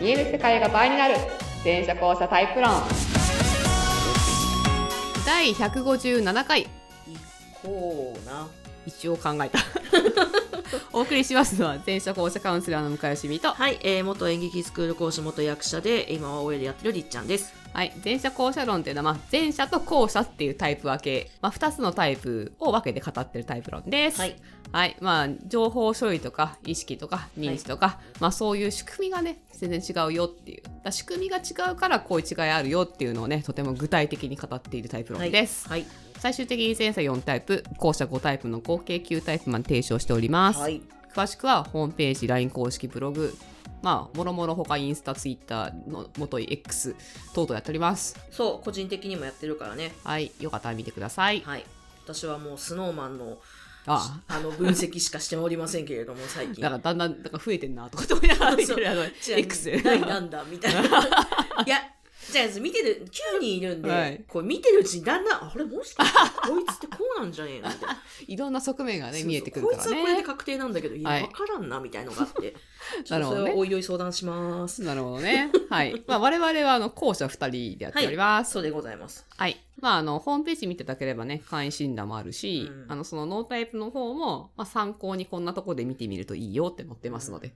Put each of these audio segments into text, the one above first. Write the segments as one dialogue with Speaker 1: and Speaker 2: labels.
Speaker 1: 見える世界が倍になる全車交差タイプ論第157回
Speaker 2: こうな
Speaker 1: 一応考え たお送りしますのは全社交差カウンセラーの向井しみと
Speaker 2: はい、えー、元演劇スクール講師元役者で今は親でやってるりっちゃんです
Speaker 1: はい、前者後者論っていうのは、まあ、前者と後者っていうタイプ分け、まあ、2つのタイプを分けて語ってるタイプ論です。
Speaker 2: はい、
Speaker 1: はいまあ、情報処理とか意識とか認知とか、まあ、そういう仕組みがね全然違うよっていうだから仕組みが違うからこういう違いあるよっていうのをねとても具体的に語っているタイプ論です。
Speaker 2: はい
Speaker 1: 最終的に前者4タイプ後者5タイプの合計9タイプまで提唱しております。
Speaker 2: はい
Speaker 1: 詳しくはホームページ、LINE 公式ブログ、まあ、もろもろ他インスタ、ツイッターの元い X 等々やっております。
Speaker 2: そう個人的にもやってるからね
Speaker 1: はい、よかったら見てください。
Speaker 2: はい私はもうスノーマンの
Speaker 1: あ
Speaker 2: あの分析しかしておりませんけれども 最近
Speaker 1: なんかだんだんなんか増えてんなとかと思いながら見てるあの
Speaker 2: じゃあ
Speaker 1: X で。
Speaker 2: 第何弾みた いないやじゃあ見てる9人いるんで、
Speaker 1: はい
Speaker 2: こう見てるうちにだんだんあれもしかしてこいつってこうなんじゃねえのみたい な
Speaker 1: いろんな側面が
Speaker 2: そう
Speaker 1: ね、
Speaker 2: そう
Speaker 1: 見えてくるから
Speaker 2: こいつはこれで
Speaker 1: ね。
Speaker 2: 確定なんだけどいや
Speaker 1: はい
Speaker 2: 分からんなみたいのが あって、ちょ
Speaker 1: な
Speaker 2: っ
Speaker 1: るほ
Speaker 2: とそ
Speaker 1: どね
Speaker 2: れはおいおい相談します
Speaker 1: なるほどね。はい。まあ、我々は、あの、後者2人でやっております。
Speaker 2: そうでございます
Speaker 1: はい。まあ、あの、ホームページ見ていただければね、簡易診断もあるし、
Speaker 2: うん
Speaker 1: あの、そのノータイプの方も、まあ、参考にこんなとこで見てみるといいよって載ってますので。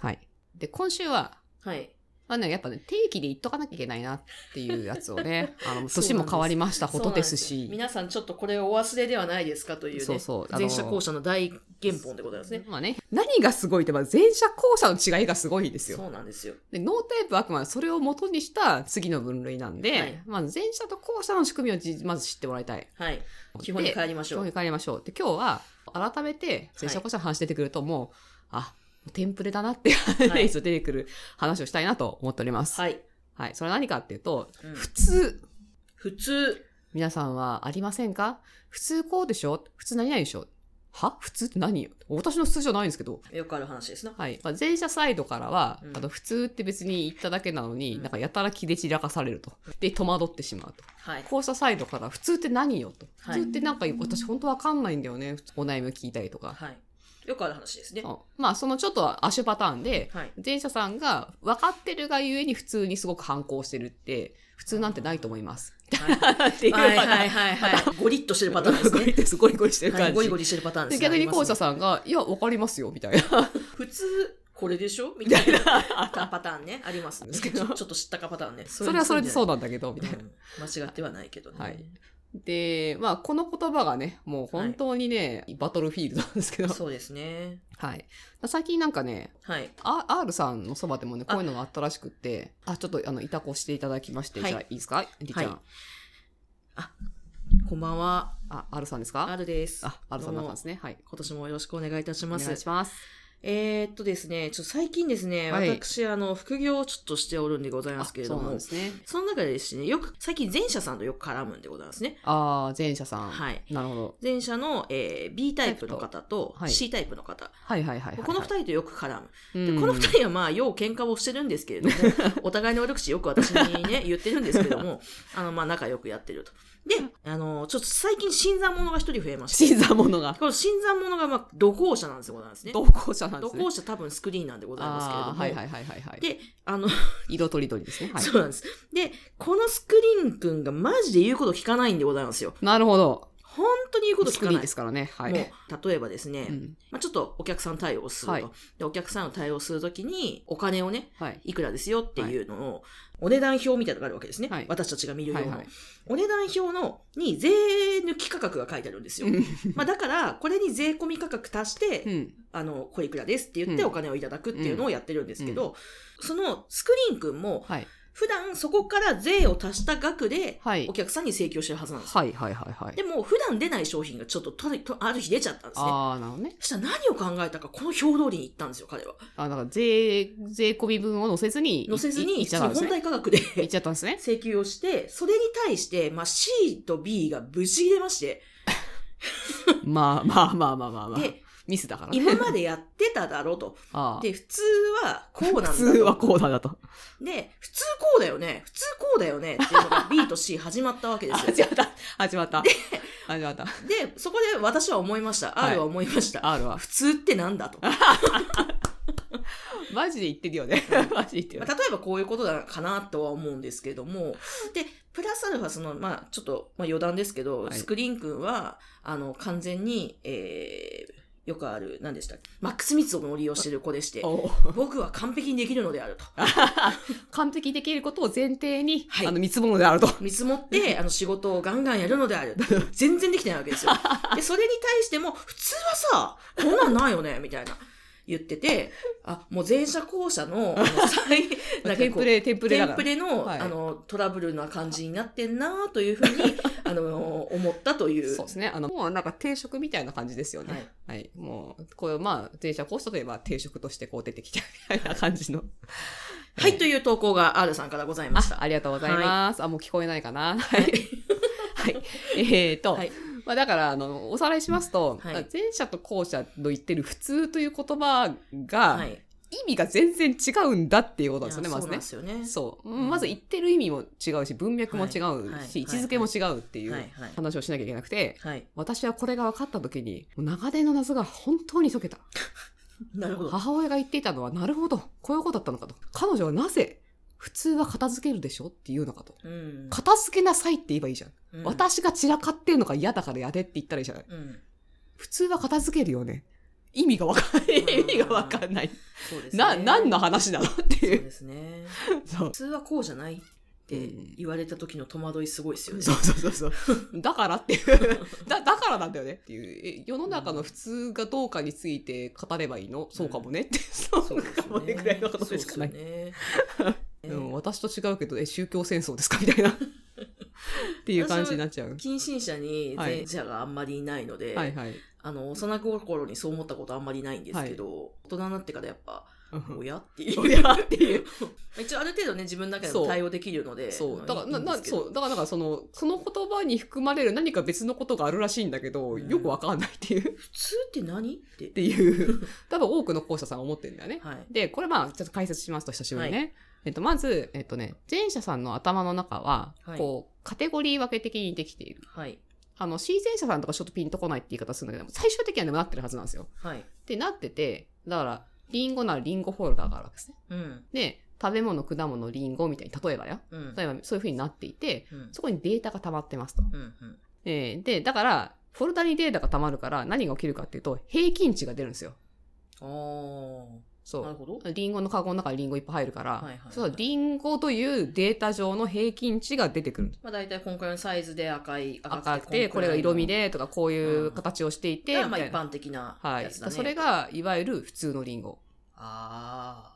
Speaker 1: はい。で、今週は、
Speaker 2: はい
Speaker 1: まあね、やっぱね、定期で言っとかなきゃいけないなっていうやつを ね、あの、
Speaker 2: そうなんです
Speaker 1: 年も変わりましたことです
Speaker 2: そうな
Speaker 1: し、
Speaker 2: ん皆さんちょっとこれをお忘れではないですかというね
Speaker 1: そうそうあの
Speaker 2: 前者後者の大原本でございますね
Speaker 1: まあね、何がすごいって、まあ、前者後者の違いがすごいんですよ。
Speaker 2: そうなんですよ
Speaker 1: で、ノータイプはあくまでそれを元にした次の分類なんで、
Speaker 2: はい
Speaker 1: まず前者と後者の仕組みをじまず知ってもらいたい。
Speaker 2: はい基本に帰りまし
Speaker 1: 基
Speaker 2: ょ
Speaker 1: 本
Speaker 2: う
Speaker 1: に帰りましょう。で、今日は、改めて前者後者の話出てくると、もう、あ、テンプレだなっていう話
Speaker 2: はい
Speaker 1: 出てくる話をしたいなと思っております。はい。
Speaker 2: はい、
Speaker 1: それは何かっていうと、
Speaker 2: うん
Speaker 1: 普通、
Speaker 2: 普通
Speaker 1: 皆さんはありませんか普通こうでしょ普通何々でしょは普通って何よ私の普通じゃないんですけど。
Speaker 2: よくある話ですな
Speaker 1: はい。まあ、前者サイドからは、
Speaker 2: うん
Speaker 1: あの、普通って別に言っただけなのに、
Speaker 2: うん
Speaker 1: なんかやたら気で散らかされると。で、戸惑ってしまうと。
Speaker 2: はい
Speaker 1: 後者サイドから、普通って何よと。普
Speaker 2: はい
Speaker 1: 通ってなんか、私本当わかんないんだよね。お悩みを聞いたりとか。
Speaker 2: はいよくある話ですね
Speaker 1: そうまあ、そのちょっと足パターンで、
Speaker 2: はい
Speaker 1: 前者さんが分かってるがゆえに普通にすごく反抗してるって、普通なんてないと思います。っていうパタ
Speaker 2: はい
Speaker 1: ーン
Speaker 2: はいは いはい。ゴリッとしてるパターンです
Speaker 1: ゴリ
Speaker 2: ね。
Speaker 1: ですゴリゴリしてる
Speaker 2: はい
Speaker 1: 感
Speaker 2: ゴリ
Speaker 1: じ
Speaker 2: ゴ。リしてるパターンで
Speaker 1: です
Speaker 2: ね。
Speaker 1: 逆に
Speaker 2: ありま
Speaker 1: 校
Speaker 2: すね
Speaker 1: 舎さんが、いや、わかりますよ、みたいな。
Speaker 2: 普通、これでしょみたい なパターンね。ありますね。
Speaker 1: ですけ
Speaker 2: ち
Speaker 1: ど
Speaker 2: ょちょっと知ったかパターンね。そ
Speaker 1: それはそれでそう
Speaker 2: う
Speaker 1: なんだけど、み
Speaker 2: み
Speaker 1: たい
Speaker 2: たい
Speaker 1: な
Speaker 2: な。。間違ってはないけどね。
Speaker 1: はいで、まあ、この言葉がね、もう本当にね、バトルフィールドなんですけど、
Speaker 2: そうですね。
Speaker 1: はい。最近なんかね、
Speaker 2: はい。
Speaker 1: あ R さんのそばでもね、こういうのがあったらしくって、あ、ちょっと、あの、いたこしていただきまして、
Speaker 2: はい
Speaker 1: じゃあいいですかりっちゃん。
Speaker 2: はいこんばんは。
Speaker 1: あ、R さんです
Speaker 2: あ
Speaker 1: か
Speaker 2: るです。
Speaker 1: あ、R さんだったんです
Speaker 2: ね。
Speaker 1: ね。はい。
Speaker 2: 今年もよろしくお願いいたし
Speaker 1: お
Speaker 2: ます。
Speaker 1: 願いします。
Speaker 2: えー、っとですね、ちょっと最近ですね、
Speaker 1: はい
Speaker 2: 私、あの、副業をちょっとしておるんでござい
Speaker 1: あ、
Speaker 2: ますけれ
Speaker 1: そ
Speaker 2: ど
Speaker 1: うなん
Speaker 2: も
Speaker 1: で、すね。
Speaker 2: その中でですね、よく、最近前者さんとよく絡むんでございますね。
Speaker 1: ああ、前者さん。
Speaker 2: はい。
Speaker 1: なるほど。
Speaker 2: 前者の、えー B タイプの方と
Speaker 1: はい
Speaker 2: C タイプの方、
Speaker 1: はいはいはいはい、
Speaker 2: この二人とよく絡む、
Speaker 1: 人
Speaker 2: でこの二人はまあよう喧嘩をしてるんですけれ どもお互いの悪口よく私にね言ってるんですけどもあのまあ仲良くやってるとであのちょっと最近新参者が一人増えまして
Speaker 1: 新参者が。
Speaker 2: この新参者がまあ同行者なんですございますね
Speaker 1: 同行者なんで
Speaker 2: 同
Speaker 1: すね
Speaker 2: 行。者多分スクリーンなんでございますけれど
Speaker 1: あ
Speaker 2: も
Speaker 1: あー、はいはいはいはいはい。
Speaker 2: であの、
Speaker 1: 色とりどりですね。はい。
Speaker 2: そうなんですでこのスクリーンくんがマジで言うこと聞かないんでございますよ
Speaker 1: なるほど。
Speaker 2: 本当に言うこと
Speaker 1: ス
Speaker 2: 聞
Speaker 1: ク
Speaker 2: か
Speaker 1: リー
Speaker 2: な
Speaker 1: ンで
Speaker 2: い
Speaker 1: すからね。はい。
Speaker 2: もう例えばですね、
Speaker 1: うん
Speaker 2: まあ、ちょっとお客さん対応すると、
Speaker 1: はい
Speaker 2: でお客さんを対応するときにお金をね
Speaker 1: はい。
Speaker 2: いくらですよっていうのを、お値段表みたいなのがあるわけですね、
Speaker 1: はい
Speaker 2: 私たちが見るよう
Speaker 1: は
Speaker 2: ない
Speaker 1: はい。
Speaker 2: お値段表のに税抜き価格が書いてあるんです よ、まあ、だからこれに税込み価格足して、
Speaker 1: うん。
Speaker 2: あのこれいくらですって言って
Speaker 1: うん
Speaker 2: お金をいただくっていうのをやってるんですけど、
Speaker 1: う
Speaker 2: そのスクリーン君も
Speaker 1: はい。
Speaker 2: 普段そこから税を足した額で
Speaker 1: はい
Speaker 2: お客さんに請求してるはずなんですよ、
Speaker 1: はいはいはいはい。
Speaker 2: でも普段出ない商品がちょっとととある日出ちゃったんですね
Speaker 1: ああ、なるほどね。
Speaker 2: そしたら何を考えたか、この表通りに行ったんですよ、彼は。
Speaker 1: あだから税、税込み分を乗せずに、
Speaker 2: 載せず
Speaker 1: いい
Speaker 2: に、
Speaker 1: っちゃ
Speaker 2: そ
Speaker 1: ったん
Speaker 2: の
Speaker 1: です
Speaker 2: 本
Speaker 1: ね。
Speaker 2: 体価格で
Speaker 1: いっちゃったんですね。
Speaker 2: 請求をして、それに対して、まあ、C と B が無事入れまして、
Speaker 1: まあまあまあまあまあまあ。
Speaker 2: で、
Speaker 1: ミスだからね。
Speaker 2: 今までやってただろと。
Speaker 1: あー
Speaker 2: で、普通はこうなんだと。
Speaker 1: 普通はこうなんだと。
Speaker 2: で、普通こうだよね、普通こうだよねっていうのが B と C 始まったわけですよ。
Speaker 1: 始まった。始まった。始まった。
Speaker 2: で、そこで私は思いました。
Speaker 1: はい
Speaker 2: R は思いました。
Speaker 1: R は。
Speaker 2: 普通ってなんだと。
Speaker 1: マジで言ってるよね。マジで言ってる
Speaker 2: まあ、例えばこういうことだかなとは思うんですけども、で、プラスアルファ、その、まあ、ちょっと、まあ、余談ですけど、
Speaker 1: はい
Speaker 2: スクリーン君は、あの、完全に、えー、よくある、何でしたっけマックス密度を利用してる子でして、
Speaker 1: お
Speaker 2: 僕は完璧にできるのであると。
Speaker 1: 完璧にできることを前提に、
Speaker 2: はい
Speaker 1: あの、三つ物であると。
Speaker 2: 見積もって、あの、仕事をガンガンやるのである。 全然できてないわけ ですよ。で、それに対しても、普通はさ、こんなんないよね、みたいな。言ってて、あ、もう前者後者の、あの最なん
Speaker 1: テン
Speaker 2: かこう
Speaker 1: プレ、テンプレ
Speaker 2: テ
Speaker 1: だ
Speaker 2: ン
Speaker 1: か
Speaker 2: プ
Speaker 1: ら。
Speaker 2: レの,、
Speaker 1: はい
Speaker 2: あのトラブルな感じになってんなというふう にあの思ったという。
Speaker 1: そうですね。あの、もうなんか定食みたいな感じですよ
Speaker 2: は
Speaker 1: ね。
Speaker 2: い、
Speaker 1: はい。もう、こう、まあ、前者後者といえば定食としてこう出てきたみたいな感じの。
Speaker 2: はいという投稿が R さんからございまし
Speaker 1: あ
Speaker 2: た。
Speaker 1: ありがとうございます。あ、もう聞こえないかな。はい。はい。えーと、
Speaker 2: はい
Speaker 1: まあだから、あの、おさらいしますと、
Speaker 2: はい
Speaker 1: 前者と後者の言ってる普通という言葉が、
Speaker 2: はい、
Speaker 1: 意味が全然違うんだっていうことなんですよね、
Speaker 2: いや
Speaker 1: ま
Speaker 2: そ
Speaker 1: ず
Speaker 2: うなん
Speaker 1: ね
Speaker 2: で。すよね。
Speaker 1: そう、
Speaker 2: ん
Speaker 1: まず言ってる意味も違うし文脈も違うし、
Speaker 2: はいはい
Speaker 1: 位置づけも違うってい
Speaker 2: は
Speaker 1: う
Speaker 2: いはい
Speaker 1: 話をしなきゃいけなくて、
Speaker 2: はい、
Speaker 1: 私はこれが分かった時にもう長年の謎が本当に解けた
Speaker 2: なるほど。
Speaker 1: 母親が言っていたのはなるほどこういうことだったのかと彼女はなぜ普通は片付けるでしょっていうのかと
Speaker 2: うん
Speaker 1: 片付けなさいって言えばいいじゃん、
Speaker 2: うん
Speaker 1: 私が散らかってるのが嫌だからやでって言ったらいいじゃない
Speaker 2: うん、
Speaker 1: 普通は片付けるよね意味が分かんない意味が分かんない、
Speaker 2: そうですね。
Speaker 1: な何の
Speaker 2: 話
Speaker 1: 話なのって
Speaker 2: そう
Speaker 1: いう
Speaker 2: ですね。
Speaker 1: そう
Speaker 2: 普通はこうじゃないって言われた時の戸惑いすごいですよね。
Speaker 1: そうそうそうそう。だからっていう。 だ、だからなんだよねっていう。え世の中の普通がどうかについて語ればいいの、そうかもねって。そうかもねぐらいのことでしかない。
Speaker 2: そうです
Speaker 1: う
Speaker 2: よね
Speaker 1: ん、私と違うけど、え、宗教戦争ですかみたい な。っていう感じになっちゃう。
Speaker 2: 近親者に
Speaker 1: はい
Speaker 2: 前者があんまりいないので、
Speaker 1: はいはい。
Speaker 2: あの、幼心にそう思ったことあんまりないんですけど、大人になってからやっぱ、親っていう。
Speaker 1: 親っていう
Speaker 2: 一応ある程度ね、自分の中でも対応できるので。。
Speaker 1: そう。だから、な、な、そうう。だから、なんかその、その言葉に含まれる何か別のことがあるらしいんだけど、
Speaker 2: うん
Speaker 1: よくわかんないっていう、っ
Speaker 2: 普通って何って。
Speaker 1: て いう、多分多くの校舎さんが思ってるんだよね。
Speaker 2: はい。
Speaker 1: で、これまあ、ちょっと解説しますと、久しぶりにね。えっと、まず、えっとね、前者さんの頭の中は、
Speaker 2: はい
Speaker 1: こう、カテゴリー分け的にできている。
Speaker 2: はい。
Speaker 1: あの、C 前者さんとかちょっとピンとこないって言い方するんだけど、最終的にはでもなってるはずなんですよ。
Speaker 2: はい。
Speaker 1: で、なってて、だから、リンゴならリンゴフォルダーがあるわけですね。
Speaker 2: うん。
Speaker 1: で、食べ物、果物、リンゴみたいに、例えばよ。
Speaker 2: うん。
Speaker 1: 例えば、そういう風になっていて、
Speaker 2: うん。
Speaker 1: そこにデータが溜まってますと。
Speaker 2: うん。うん。
Speaker 1: えーで、だから、フォルダにデータが溜まるから、何が起きるかっていうと、平均値が出るんですよ。
Speaker 2: あ
Speaker 1: そ
Speaker 2: あ。
Speaker 1: う
Speaker 2: な。るほど。
Speaker 1: リンゴのカゴの中にリンゴいっぱい入るから、
Speaker 2: いはいはい
Speaker 1: そうリンゴというデータ上の平均値が出てくる。
Speaker 2: まあ大体こんくらいのサイズで赤い、
Speaker 1: 赤く
Speaker 2: んくらい
Speaker 1: て、
Speaker 2: の
Speaker 1: これが色味。でとか、こういう形をしていて、
Speaker 2: が
Speaker 1: み
Speaker 2: まあ
Speaker 1: た
Speaker 2: 一
Speaker 1: いな。
Speaker 2: 般的な
Speaker 1: はい。
Speaker 2: やつだね。
Speaker 1: それ。が、いわゆる普通のリンゴ。
Speaker 2: あ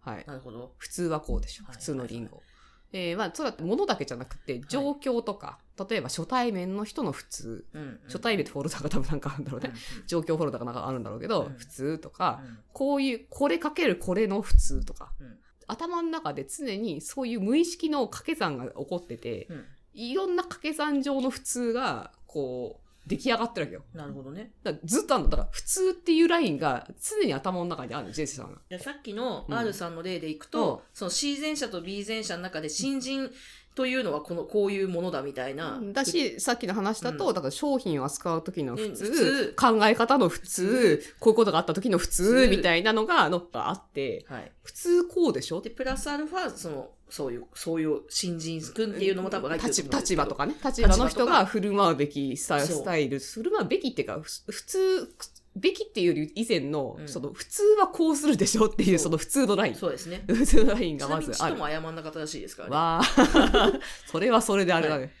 Speaker 1: はい
Speaker 2: あ。。なるほど。
Speaker 1: 普通はこうでしょ。
Speaker 2: はい
Speaker 1: 普通のリン
Speaker 2: は
Speaker 1: ゴ。えーまあ、それは物だけじゃなくて、状況とか、例えば初対面の人の普通。
Speaker 2: うんうん。
Speaker 1: 初対面ってフォルダが多分なんかあるんだろうね。状況フォルダがなんかあるんだろうけど、
Speaker 2: うん
Speaker 1: 普通とか、
Speaker 2: うん。うん
Speaker 1: こういう、これかけるこれの普通とか、
Speaker 2: うん
Speaker 1: 頭の中で常にそういう無意識の掛け算が起こってて、
Speaker 2: うん。
Speaker 1: いろんな掛け算上の普通が、こう、出来上がってるわけよ。
Speaker 2: なるほどね。
Speaker 1: だからずっとあんの、だから普通っていうラインが常に頭の中にあるの、ジェイスさんが。
Speaker 2: でさっきの
Speaker 1: うん
Speaker 2: R さんの例でいくと、
Speaker 1: うん
Speaker 2: その C 前者と B 前者の中で新人というのはこのこういうものだみたいな。
Speaker 1: だし、さっきの話だと、
Speaker 2: う
Speaker 1: だから商品を扱う時の普
Speaker 2: うん
Speaker 1: 通
Speaker 2: 普通、
Speaker 1: 考え方の普通、こういうことがあった時の普
Speaker 2: 普
Speaker 1: 通
Speaker 2: 通
Speaker 1: みたいなのが、のがあって、
Speaker 2: はい、
Speaker 1: 普通こうでしょ
Speaker 2: でプラスアルファそのそういうそういう新人君っていうのも多分入ってると
Speaker 1: 立
Speaker 2: 思うんで
Speaker 1: 立
Speaker 2: すけど
Speaker 1: 場とかね立場の人
Speaker 2: 立場
Speaker 1: が
Speaker 2: と
Speaker 1: 振る舞うべきスタ
Speaker 2: そう
Speaker 1: スタイル振る舞うべきっていうかふ普通べきっていうより以前の,、
Speaker 2: うん
Speaker 1: その普通はこうするでしょっていう
Speaker 2: そう
Speaker 1: その普通のライン
Speaker 2: そうですね。
Speaker 1: 普通のライン
Speaker 2: ち
Speaker 1: が
Speaker 2: な
Speaker 1: ま
Speaker 2: みに
Speaker 1: ず
Speaker 2: ち
Speaker 1: あ
Speaker 2: と
Speaker 1: る
Speaker 2: も謝んなかったらしいですから、ね。
Speaker 1: わあ それはそれであれだね、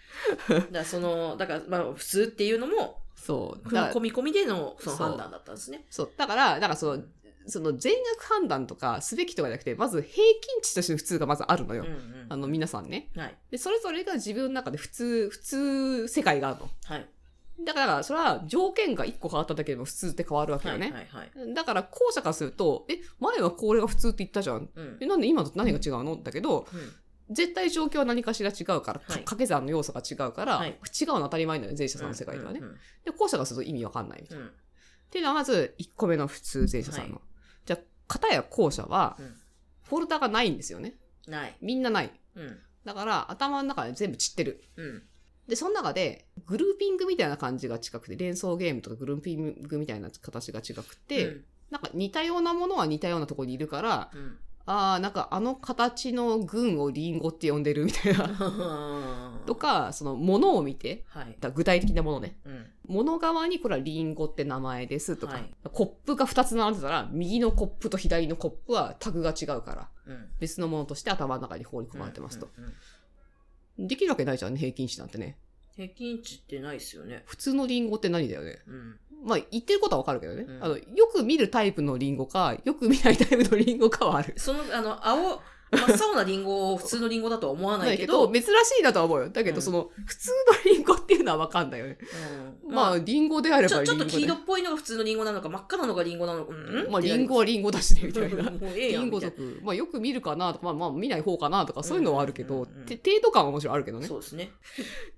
Speaker 2: だからそのだからまあ普通っていうのも
Speaker 1: そうだ
Speaker 2: 込み込みでのその
Speaker 1: そう
Speaker 2: 判断だったんですね。
Speaker 1: そうだからだからそのその全額判断とかすべきとかじゃなくてまず平均値としての普通がまずあるの
Speaker 2: う
Speaker 1: よ、
Speaker 2: んうん
Speaker 1: あの皆さんね
Speaker 2: はい
Speaker 1: でそれぞれが自分の中で普通普通世界があるの
Speaker 2: はい
Speaker 1: だから、それは条件が1個変わっただけでも普通って変わるわけ
Speaker 2: は
Speaker 1: よ
Speaker 2: い
Speaker 1: ね。
Speaker 2: はいはい。
Speaker 1: だから、後者からすると、え、前はこれが普通って言ったじゃん。
Speaker 2: うんうん
Speaker 1: え、なんで今と何が違うのだけど、絶対状況は何かしら違うから、か
Speaker 2: はい
Speaker 1: 掛け算の要素が違うから、
Speaker 2: はい
Speaker 1: 違うのは当たり前なのよ、前者さんの世界ではね。
Speaker 2: うんうん
Speaker 1: で、後者からすると意味わかんないみたいな。
Speaker 2: うん
Speaker 1: っていうのはまず1個目の普通前者さんの。
Speaker 2: は
Speaker 1: じゃあ、片や後者は
Speaker 2: う、ん
Speaker 1: フォルダがないんですよね。
Speaker 2: ない。
Speaker 1: みんなない。
Speaker 2: うん
Speaker 1: だから、頭の中で全部散ってる。
Speaker 2: うん
Speaker 1: で、その中で、グルーピングみたいな感じが近くて、連想ゲームとかグルーピングみたいな形が近くて、
Speaker 2: うん
Speaker 1: なんか似たようなものは似たようなところにいるから、
Speaker 2: うん。
Speaker 1: ああ、なんかあの形の群をリンゴって呼んでるみたい な。とか、その、ものを見て、
Speaker 2: はい。
Speaker 1: 具体的なものね。
Speaker 2: うん。
Speaker 1: 物側にこれはリンゴって名前ですとか、
Speaker 2: はい
Speaker 1: コップが2つ並んでたら、右のコップと左のコップはタグが違うから、
Speaker 2: うん。
Speaker 1: 別のものとして頭の中に放り込まれてますと。
Speaker 2: うん。うん
Speaker 1: できるわけないじゃんね、平均値なんてね。
Speaker 2: 平均値ってないですよね。
Speaker 1: 普通のリンゴって何だよね。
Speaker 2: うん。
Speaker 1: まあ、言ってることはわかるけどね、
Speaker 2: うん
Speaker 1: あの。よく見るタイプのリンゴか、よく見ないタイプのリンゴかはある。
Speaker 2: その、あの、青、真っ青なリンゴを普通のリンゴだとは思わ な
Speaker 1: ないい
Speaker 2: け
Speaker 1: けど、
Speaker 2: ど、
Speaker 1: 珍しいなとは思うよ。だけど、
Speaker 2: うん
Speaker 1: その、普通のリンゴっていうのはわかんないよね。
Speaker 2: うん
Speaker 1: まあ、リンゴであれ
Speaker 2: ち
Speaker 1: ば
Speaker 2: ょ
Speaker 1: リン
Speaker 2: ち
Speaker 1: ゴ、
Speaker 2: ょっ
Speaker 1: ね。
Speaker 2: と黄色っぽいのが普通のリンゴなのか、真っ赤なのがリンゴなのか、うん
Speaker 1: まあ、リンゴ
Speaker 2: っ
Speaker 1: はリンゴだしね、
Speaker 2: て
Speaker 1: み
Speaker 2: な
Speaker 1: たい
Speaker 2: り
Speaker 1: な。
Speaker 2: ますもうええ
Speaker 1: リ
Speaker 2: やん
Speaker 1: ンゴ
Speaker 2: みたいな
Speaker 1: 族、まあ、よく見るかなとか、まあ、まあ、見ない方かなとか、そういうのはあるけど、
Speaker 2: うんうんうん
Speaker 1: て程度感は面白いあるけどね。
Speaker 2: そうですね。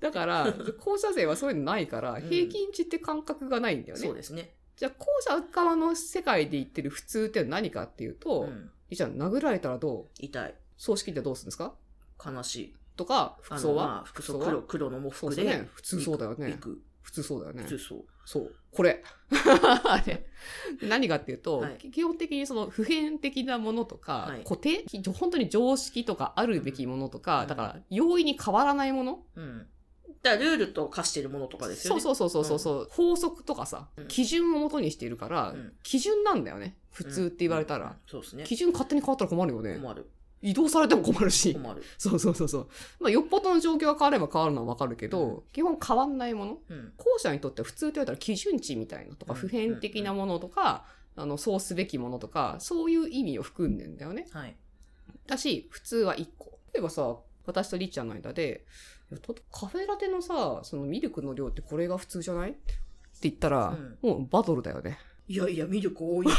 Speaker 1: だ から、校舎生はそういうのないから、
Speaker 2: ん
Speaker 1: 平均値って感覚がないんだよね。
Speaker 2: そうですね。
Speaker 1: じゃあ、校舎側の世界で言ってる普通って何かっていうと、
Speaker 2: うん
Speaker 1: いいじゃん、殴られたらどう
Speaker 2: 痛い。
Speaker 1: 葬式ってどうするんですか
Speaker 2: 悲しい。
Speaker 1: とか、服装
Speaker 2: あのま
Speaker 1: は
Speaker 2: あ服装黒、黒の喪
Speaker 1: そう
Speaker 2: 服
Speaker 1: です
Speaker 2: で
Speaker 1: ね。。普通そうだよね
Speaker 2: 行。く。
Speaker 1: 普通そうだよね
Speaker 2: 普。通そう。
Speaker 1: そう。こ れ。あれ。何かっていうと、
Speaker 2: はい
Speaker 1: 基本的にその普遍的なものとか、
Speaker 2: はい
Speaker 1: 固定、本当に常識とかあるべきものとか、
Speaker 2: うん
Speaker 1: だから容易に変わらないもの、
Speaker 2: うん。だからルールと化してるものとかですよ
Speaker 1: そう
Speaker 2: ね。
Speaker 1: そうそうそうそう、法則とかさ
Speaker 2: うん、
Speaker 1: 基準を元にしているから、
Speaker 2: うん
Speaker 1: 基準なんだよね。普通って言われたら。
Speaker 2: うん。そうですね。
Speaker 1: 基準勝手に変わったら困るよね。
Speaker 2: 困る。
Speaker 1: 移動されても困るし。
Speaker 2: 困る。
Speaker 1: そうそうそうそう。まあ、よっぽどの状況が変われば変わるのはわかるけど、
Speaker 2: う
Speaker 1: 基本変わんないもの
Speaker 2: うん。
Speaker 1: 後者にとっては普通と言われたら基準値みたいなとか、
Speaker 2: うん
Speaker 1: 普遍的なものとか、あの、そうすべきものとか、そういう意味を含んでんだよね。
Speaker 2: はい。
Speaker 1: だし、普通は1個。例えばさ、私とりっちゃんの間で、いやとカフェラテのさ、そのミルクの量ってこれが普通じゃないって言ったら、
Speaker 2: うん
Speaker 1: もうバトルだよね。
Speaker 2: いやいや、ミル ク多い。。
Speaker 1: こ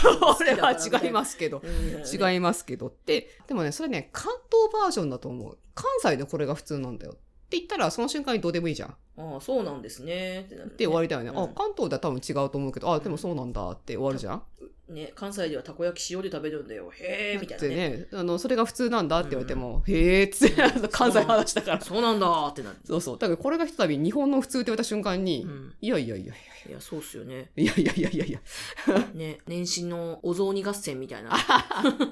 Speaker 1: れは違いますすけど。
Speaker 2: うん
Speaker 1: 違いますけどって。でもね、それね、関東バージョンだと思う。関西でこれが普通なんだよ。って言ったら、その瞬間にどうでもいいじゃん。
Speaker 2: ああ、そうなんですね。ってなるね
Speaker 1: で終わりだよね。
Speaker 2: うん
Speaker 1: あ、関東では多分違うと思うけど、あ、でもそうなんだって終わるじゃん。
Speaker 2: ね、関西ではたこ焼き塩で食べるんだよ。へえ、みたい
Speaker 1: で
Speaker 2: なね。
Speaker 1: ね、あの、それが普通なんだって言われても、へえっつって、あの関西の話だから。
Speaker 2: そうなんだってなる。
Speaker 1: そうそう。だからこれがひとたび日本の普通って言われた瞬間に、
Speaker 2: うん。
Speaker 1: いやいやいや
Speaker 2: いや、そうっすよね。
Speaker 1: いやいやいやいやいや。
Speaker 2: ね、年始のお雑煮合戦みたいなもん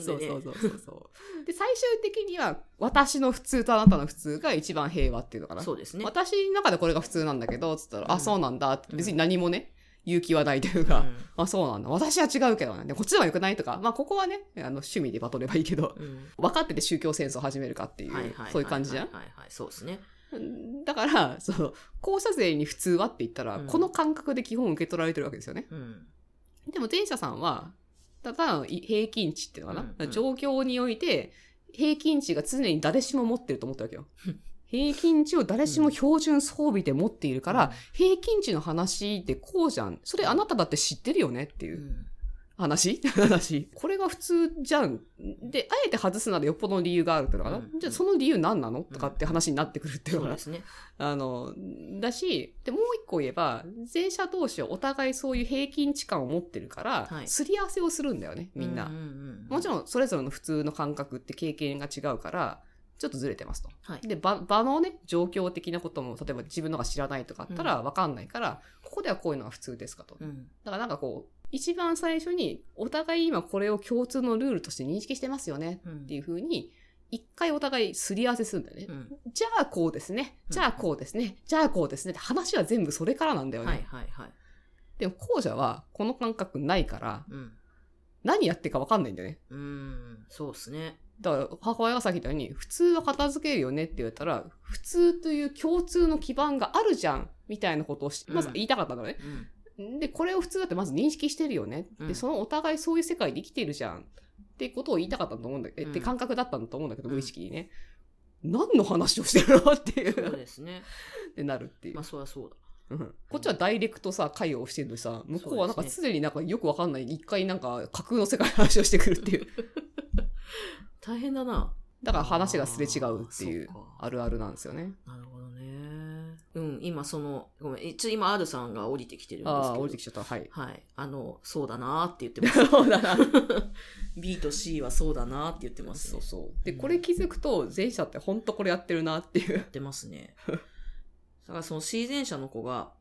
Speaker 1: そう
Speaker 2: ね。
Speaker 1: そうそうそうそう。で、最終的には、私の普通とあなたの普通が一番平和っていうのかな。
Speaker 2: そうですね。
Speaker 1: 私の中でこれが普通なんだけど、つったら、
Speaker 2: うん
Speaker 1: あ、そうなんだって別に何もね、勇気はないというか、あ、そうなんだ。私は違うけどね。でこっちの方が良くないとか、まあ、ここはね、あの、趣味でバトればいいけど、
Speaker 2: うんうん
Speaker 1: 分かってて宗教戦争始めるかっていう、
Speaker 2: はいはは
Speaker 1: そういう感じじゃん
Speaker 2: はいはいはい、そうですね。
Speaker 1: だから、その、校舎税に普通はって言ったら、
Speaker 2: うん
Speaker 1: この感覚で基本受け取られてるわけですよね。
Speaker 2: うん。
Speaker 1: でも前者さんは、ただの平均値っていうのかな、
Speaker 2: うんうん、
Speaker 1: 状況において、平均値が常に誰しも持ってると思ったわけよ。平均値を誰しも標準装備で持っているから、平均値の話でこうじゃん。それあなただって知ってるよねっていううん話 話。これが普通じゃん。で、あえて外すならよっぽどの理由があるってのかな、
Speaker 2: うん
Speaker 1: じゃあその理由何なのとかって話になってくるっていう
Speaker 2: そ
Speaker 1: の
Speaker 2: う
Speaker 1: が
Speaker 2: で、すね。
Speaker 1: あの、だし、で、もう一個言えば、前者同士はお互いそういう平均値観を持ってるから、
Speaker 2: はい
Speaker 1: すり合わせをするんだよね、みんな。
Speaker 2: ううん
Speaker 1: もち
Speaker 2: ん。
Speaker 1: ろん、それぞれの普通の感覚って経験が違うから、ちょっとずれてますと。
Speaker 2: はい
Speaker 1: で、場場のね、状況的なことも、例えば自分のが知らないとかあったら分かんないから、ここではこういうのが普通ですかと。
Speaker 2: うん。
Speaker 1: だからなんかこう、一番最初に、お互い今これを共通のルールとして認識してますよね、
Speaker 2: うん
Speaker 1: っていうふうに、一回お互いすり合わせするんだよね。
Speaker 2: うん
Speaker 1: じゃあこうですね。
Speaker 2: うん
Speaker 1: じゃあこうですね。じゃあこうですね。って話は全部それからなんだよね。
Speaker 2: はいはいはい。
Speaker 1: でも後者はこの感覚ないから、
Speaker 2: うん。
Speaker 1: 何やってるかわかんないんだよね。
Speaker 2: うん。そうですね。
Speaker 1: だから母親がさっき言ったように、普通は片付けるよねって言われたら、普通という共通の基盤があるじゃん、みたいなことをし
Speaker 2: うん
Speaker 1: まず言いたかったのね。
Speaker 2: うん。
Speaker 1: で、これを普通だってまず認識してるよね。
Speaker 2: うん
Speaker 1: で、そのお互いそういう世界で生きてるじゃん。ってことを言いたかったと思うんだけど、
Speaker 2: うん
Speaker 1: って感覚だったんだと思うんだけど、
Speaker 2: うん
Speaker 1: 無意識にね。何の話をしてるのってい
Speaker 2: そう
Speaker 1: う、っ
Speaker 2: ですね。
Speaker 1: てなるっていう
Speaker 2: まあ、。そりゃそうだ。
Speaker 1: うんこっちはダイレクトさ、会をしてるのにさ、向こうはなんか常になんかよくわかんない、一回なんか架空の世界の話をしてくるっていう。
Speaker 2: 大変だな。
Speaker 1: だから話がすれ違うっていう
Speaker 2: あーそうか、
Speaker 1: あるあるなんですよね。
Speaker 2: なるほどね。うん、今その、ごめん、一応今 R さんが降りてきてるんですけど。
Speaker 1: ああー、降りてきちゃった。はい。
Speaker 2: はい。あの、そうだなーって言ってます。
Speaker 1: そうだ な。
Speaker 2: B と C はそうだなーって言ってます、
Speaker 1: そ
Speaker 2: ね。
Speaker 1: うそう。で、これ気づくと、前者ってほんとこれやってるなっていう
Speaker 2: や。ってます ね。だからその C 前者の子が、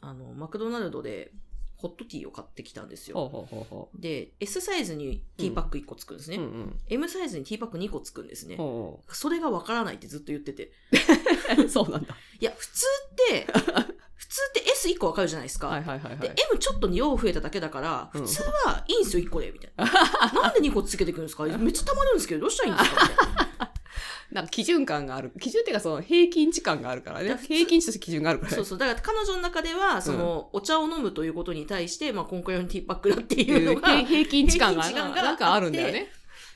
Speaker 2: あの、マクドナルドでホットティーを買ってきたんです
Speaker 1: ほう
Speaker 2: よ。
Speaker 1: ほうほうほ
Speaker 2: で、S サイズにティーパック1個つくんです
Speaker 1: う。う
Speaker 2: ね。
Speaker 1: んうん。
Speaker 2: M サイズにティーパック2個つくんですね。
Speaker 1: ほ
Speaker 2: それがわからないってずっと言ってて。
Speaker 1: うほう。 そうなんだ。
Speaker 2: いや、普通 って、普通って S1 個わかるじゃないですか。
Speaker 1: はいはいはいは
Speaker 2: で
Speaker 1: い。、
Speaker 2: M ちょっと2量増えただけだから、
Speaker 1: うん
Speaker 2: 普通はいいんすよ、1個で、みたいな。なんで2個続けていくんですかめっちゃ溜まるんですけど、どうしたらいいんですかみたいな
Speaker 1: なんか基準感がある。基準っていうかその平均値感があるから
Speaker 2: いや
Speaker 1: ね。
Speaker 2: 普通
Speaker 1: 平均値として基準があるからね。
Speaker 2: そうそう。だから彼女の中では、その、お茶を飲むということに対して、まあ、今回のティーパックだっていうのが、
Speaker 1: 平 平均値感が
Speaker 2: 平均値感が
Speaker 1: なんかあるんだよね。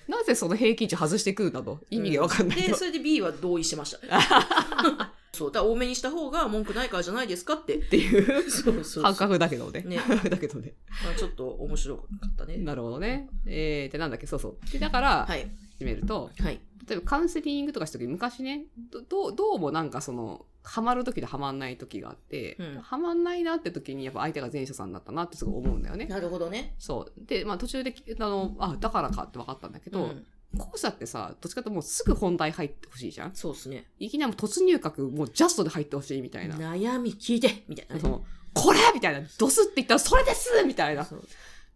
Speaker 1: なぜその平均値外してくるなど意味がわかんない
Speaker 2: で、
Speaker 1: と。
Speaker 2: それで B は同意してました。 そう。だから多めにした方が文句ないからじゃないですかって。っていう。そうそうそう
Speaker 1: 感覚だけどね。
Speaker 2: ね
Speaker 1: だけどね。
Speaker 2: まあ、ちょっと面白かったね。
Speaker 1: なるほどね。えー、で、なんだっけ、そうそう。で、だから、
Speaker 2: はい。
Speaker 1: 決めると、
Speaker 2: はい。
Speaker 1: 例えばカウンセリングとかした時昔ね、どどう、どうもなんかその、ハマる時とハマんない時があって、
Speaker 2: うん
Speaker 1: ハマんないなって時にやっぱ相手が前者さんだったなってすごい思うんだよね。
Speaker 2: なるほどね。
Speaker 1: そう。で、まあ途中で、あの、あ、だからかって分かったんだけど、
Speaker 2: うん
Speaker 1: 後者ってさ、どっちかっていうともうすぐ本題入ってほしいじゃん
Speaker 2: そうですね。
Speaker 1: いきなりもう突入角、もうジャストで入ってほしいみたいな。
Speaker 2: 悩み聞いてみたいなね。
Speaker 1: そのこれみたいな、ドスって言ったらそれですみたいな
Speaker 2: そう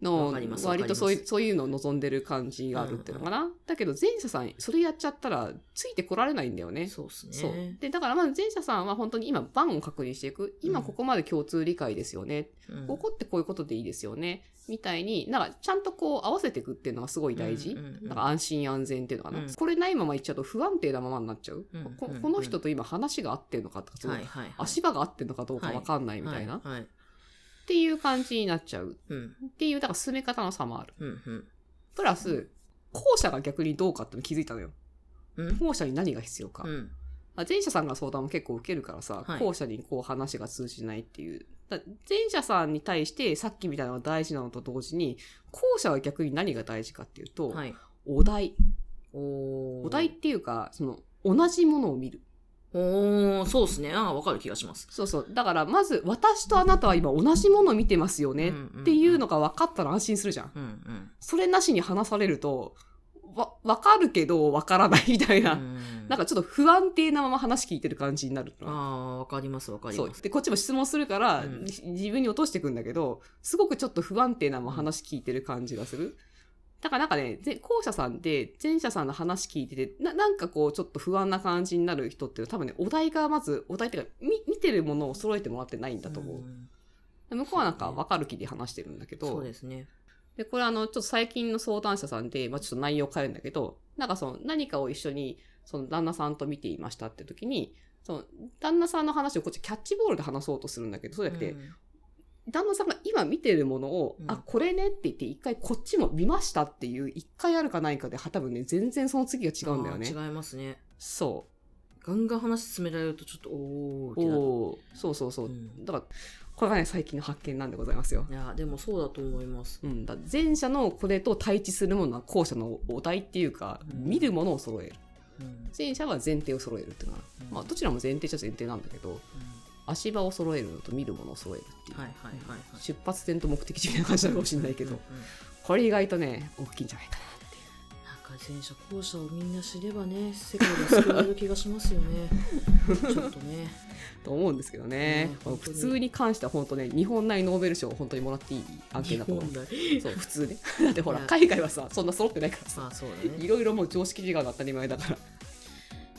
Speaker 1: の
Speaker 2: わ
Speaker 1: を
Speaker 2: かります
Speaker 1: 割とそう
Speaker 2: わかり
Speaker 1: い
Speaker 2: ま
Speaker 1: うそういうのを望んでる感じがあるっていうのかな。だけど前者さん、それやっちゃったらついてこられないんだよね。
Speaker 2: そうですね。
Speaker 1: そう。で、だからまず前者さんは本当に今、番を確認していく。今ここまで共通理解ですよね。
Speaker 2: うん
Speaker 1: ここってこういうことでいいですよね。みたいに、なんかちゃんとこう合わせていくっていうのがすごい大事。
Speaker 2: うんうんうん
Speaker 1: なんか安心安全っていうのかな、
Speaker 2: うん
Speaker 1: これないまま行っちゃうと不安定なままになっちゃう、
Speaker 2: うん
Speaker 1: こ
Speaker 2: うん
Speaker 1: この人と今話が合ってるのかとか、その
Speaker 2: はいはいはい。
Speaker 1: 足場が合ってるのかどうかわかんないみたいな、っ
Speaker 2: はいはい。
Speaker 1: ていう感じになっちゃう
Speaker 2: うん。
Speaker 1: っていうだから進め方の差もある
Speaker 2: うん。
Speaker 1: プラス後者が逆にどうかっての気づいたのよ
Speaker 2: うん。うん
Speaker 1: 後者に何が必要か、
Speaker 2: うん。
Speaker 1: あ前者さんが相談を結構受けるからさ、
Speaker 2: はい
Speaker 1: 後者にこう話が通じないっていうだ前者さんに対してさっきみたいなのが大事なのと同時に後者は逆に何が大事かっていうと、
Speaker 2: はい。
Speaker 1: お題
Speaker 2: おー
Speaker 1: お題っていうかその同じものを見る
Speaker 2: おー、そうですね。ああ、わかる気がします。
Speaker 1: そうそうだからまず私とあなたは今同じものを見てますよねっていうのが分かったら安心するじゃん。
Speaker 2: うんうん。
Speaker 1: それなしに話されると、わ、わかるけどわからないみたいな、
Speaker 2: うん
Speaker 1: なんかちょっと不安定なまま話聞いてる感じになるの
Speaker 2: ああ、わかりますわかり
Speaker 1: そう
Speaker 2: ます。
Speaker 1: でこっちも質問するから、
Speaker 2: うん
Speaker 1: じ自分に落としてくんだけどすごくちょっと不安定なまま話聞いてる感じがするだからなんかねぜ後者さんで前者さんの話聞いててななんかこうちょっと不安な感じになる人っていうのは多分ねお題がまずお題っていうかみ見てるものを揃えてもらってないんだと思う、
Speaker 2: ん
Speaker 1: 向こうはなんか分かる気で話してるんだけど
Speaker 2: そうですね。
Speaker 1: で、これあの、ちょっと最近の相談者さんで、まあちょっと内容変えるんだけど、なんかその何かを一緒に、その旦那さんと見ていましたって時に、その旦那さんの話をこっちキャッチボールで話そうとするんだけど、そうじゃなくて、
Speaker 2: うん
Speaker 1: 旦那さんが今見てるものを、
Speaker 2: うん
Speaker 1: あ、これねって言って一回こっちも見ましたっていう一回あるかないかで、は多分ね、全然その次が違うんだよね。
Speaker 2: あー違いますね。
Speaker 1: そ
Speaker 2: ガンガン話進められるとちょっと、おーっ
Speaker 1: う。
Speaker 2: てなる
Speaker 1: おーそうそうそう。
Speaker 2: うん
Speaker 1: だから、これがね、最近の発見なんでございますよ。
Speaker 2: いや、でもそうだと思います。
Speaker 1: うん、だから前者のこれと対峙するものは後者のお題っていうか、
Speaker 2: うん
Speaker 1: 見るものを揃える。
Speaker 2: うん
Speaker 1: 前者は前提を揃えるっていうのは、
Speaker 2: うん
Speaker 1: まあ、どちらも前提じゃ前提なんだけど足場を揃えるのと見るものを揃えるっていう、
Speaker 2: はいはいはいはい。
Speaker 1: 出発点と目的地みたいな感じなのかもしれないけど、
Speaker 2: うんうん
Speaker 1: これ意外とね大きいんじゃないか
Speaker 2: なんか前者後者をみんな知ればね、世界が救われる気がしますよ ね。ちょっとね。
Speaker 1: なと思うんですけどね
Speaker 2: ね、
Speaker 1: この
Speaker 2: 本当
Speaker 1: 普
Speaker 2: に
Speaker 1: 通に関しては本当ね日本内ノーベル賞を本当にもらっていい案件だと思う そう普通ねだってほら
Speaker 2: いや
Speaker 1: 海外はさそんな揃ってないからさ
Speaker 2: まあそうだ
Speaker 1: い
Speaker 2: ね。
Speaker 1: ろいろもう常識違いが当たり前だから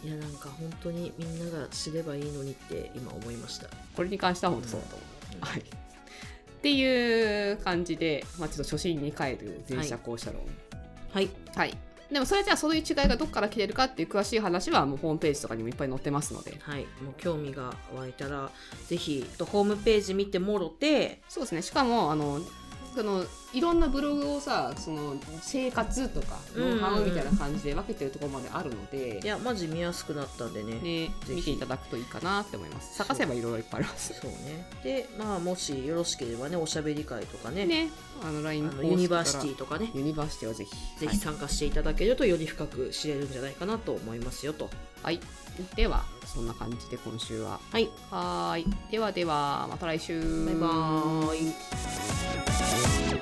Speaker 2: いや、なんか本当にみんなが知ればいいのにって今思いました。
Speaker 1: これに関しては本当そうだと思
Speaker 2: うん
Speaker 1: う、はいっていう感じで、まあ、ちょっと初心に帰る前者後者論、
Speaker 2: はい。
Speaker 1: はい。でもそれじゃあそういう違いがどこから来てるかっていう詳しい話はもうホームページとかにもいっぱい載ってますので。
Speaker 2: はい、もう興味が湧いたらぜひとホームページ見てもろて
Speaker 1: そうですね。しかも、あの、そのいろんなブログをさその生活とか
Speaker 2: うんう
Speaker 1: ノ
Speaker 2: んうん
Speaker 1: ウハウみたいな感じで分けてるところまであるので
Speaker 2: い、やマジ見やすくなったんでね
Speaker 1: ね、
Speaker 2: ひ
Speaker 1: 見ていただくといいかなって思います探せばいろいろいっぱいあります
Speaker 2: そうねでまあもしよろしければねおしゃべり会とかね
Speaker 1: ねあの
Speaker 2: あ
Speaker 1: LINE
Speaker 2: のユニバーシティとかね
Speaker 1: ユニバーシティはぜひ
Speaker 2: ぜひ参加していただけるとより深く知れるんじゃないかなと思いますよと
Speaker 1: はい、はいではそんな感じで今週は
Speaker 2: はい
Speaker 1: はーいではではまた来週
Speaker 2: バイバーイ